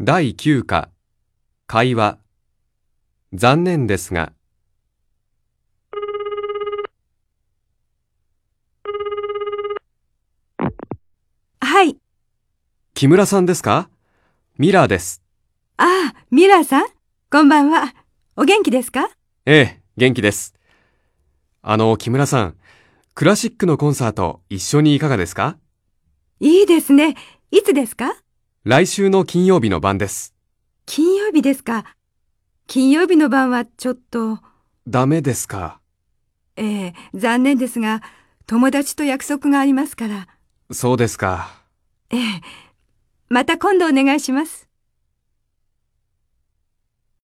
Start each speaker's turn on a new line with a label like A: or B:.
A: 第9課、会話。残念ですが、
B: はい。
A: 木村さんですかミラーです。
B: ああ、ミラーさん。こんばんは。お元気ですか
A: ええ、元気です。あの、木村さん、クラシックのコンサート一緒にいかがですか
B: いいですね。いつですか
A: 来週の金曜日の晩です。
B: 金曜日ですか。金曜日の晩はちょっと、
A: ダメですか
B: ええ残念ですが、友達と約束がありますから。
A: そうですか。
B: また今度お願いします。